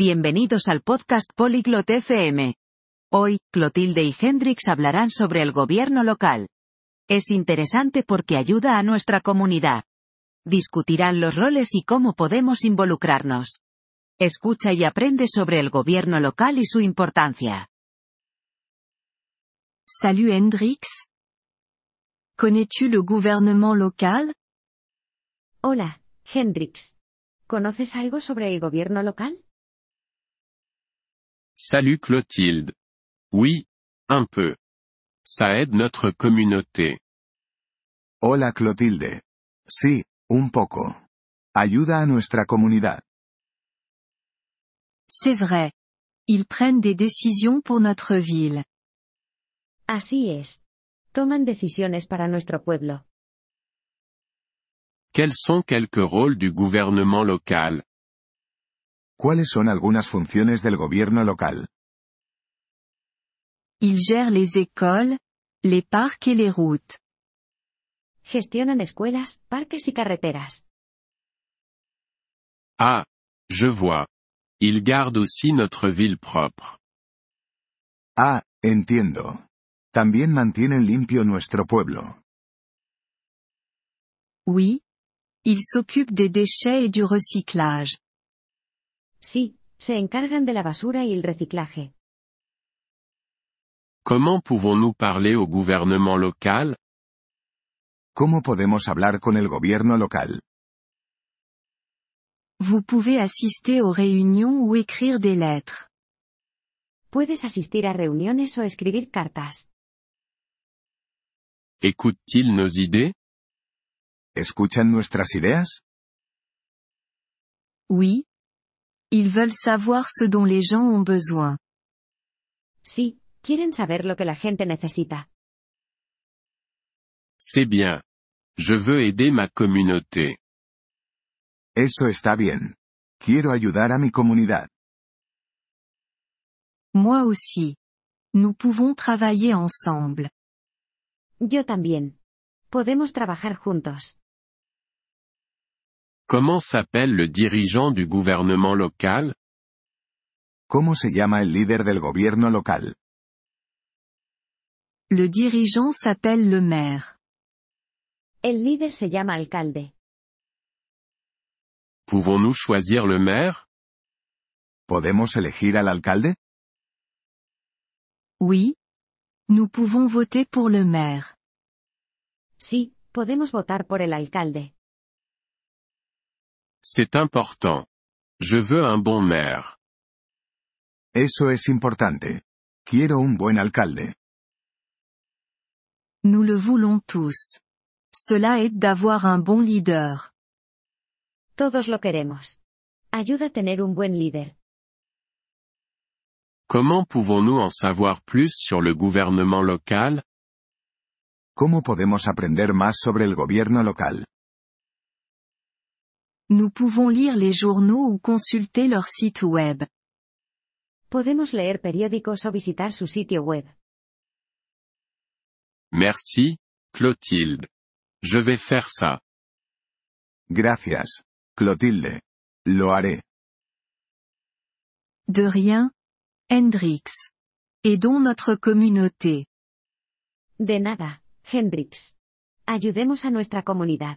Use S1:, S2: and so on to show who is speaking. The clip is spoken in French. S1: Bienvenidos al podcast Polyglot FM. Hoy, Clotilde y Hendrix hablarán sobre el gobierno local. Es interesante porque ayuda a nuestra comunidad. Discutirán los roles y cómo podemos involucrarnos. Escucha y aprende sobre el gobierno local y su importancia.
S2: Salut Hendrix. Connais-tu le gouvernement local?
S3: Hola, Hendrix. ¿Conoces algo sobre el gobierno local?
S4: Salut Clotilde. Oui, un peu. Ça aide notre communauté.
S5: Hola Clotilde. Sí, un poco. Ayuda a nuestra comunidad.
S2: C'est vrai. Ils prennent des décisions pour notre ville.
S3: Así es. Toman decisiones para nuestro pueblo.
S4: Quels sont quelques rôles du gouvernement local
S5: ¿Cuáles son algunas funciones del gobierno local?
S2: Ils gèrent les écoles, les parcs et les routes.
S3: Gestionan escuelas, parques y carreteras.
S4: Ah, je vois. Ils gardent aussi notre ville propre.
S5: Ah, entiendo. También mantienen limpio nuestro pueblo.
S2: Oui. Ils s'occupent des déchets et du recyclage.
S3: Sí, se encargan de la basura y el reciclaje.
S4: Comment pouvons-nous parler au gouvernement local
S5: ¿Cómo podemos hablar con el gobierno local?
S2: Vous pouvez assister aux réunions ou écrire des lettres.
S3: Puedes asistir a reuniones o escribir cartas.
S4: Écoutent-ils nos idées
S5: ¿Escuchan nuestras ideas?
S2: Oui. Ils veulent savoir ce dont les gens ont besoin.
S3: Sí, quieren saber lo que la gente necesita.
S4: C'est bien. Je veux aider ma communauté.
S5: Eso está bien. Quiero ayudar a mi comunidad.
S2: Moi aussi. Nous pouvons travailler ensemble.
S3: Yo también. Podemos trabajar juntos.
S4: Comment s'appelle le dirigeant du gouvernement local
S5: ¿Cómo se llama el líder del gobierno local?
S2: Le dirigeant s'appelle le maire.
S3: El líder se llama alcalde.
S4: Pouvons-nous choisir le maire
S5: ¿Podemos elegir al alcalde?
S2: Oui. Nous pouvons voter pour le maire.
S3: Sí, podemos votar por el alcalde.
S4: C'est important. Je veux un bon maire.
S5: Eso es importante. Quiero un buen alcalde.
S2: Nous le voulons tous. Cela aide d'avoir un bon leader.
S3: Todos lo queremos. Ayuda a tener un buen líder.
S4: Comment pouvons-nous en savoir plus sur le gouvernement local
S5: ¿Cómo podemos aprender más sobre el gobierno local?
S2: Nous pouvons lire les journaux ou consulter leur site web.
S3: Podemos leer periódicos o visitar su sitio web.
S4: Merci, Clotilde. Je vais faire ça.
S5: Gracias. Clotilde. Lo haré.
S2: De rien. Hendrix. Aidons notre communauté.
S3: De nada, Hendrix. Ayudemos a nuestra comunidad.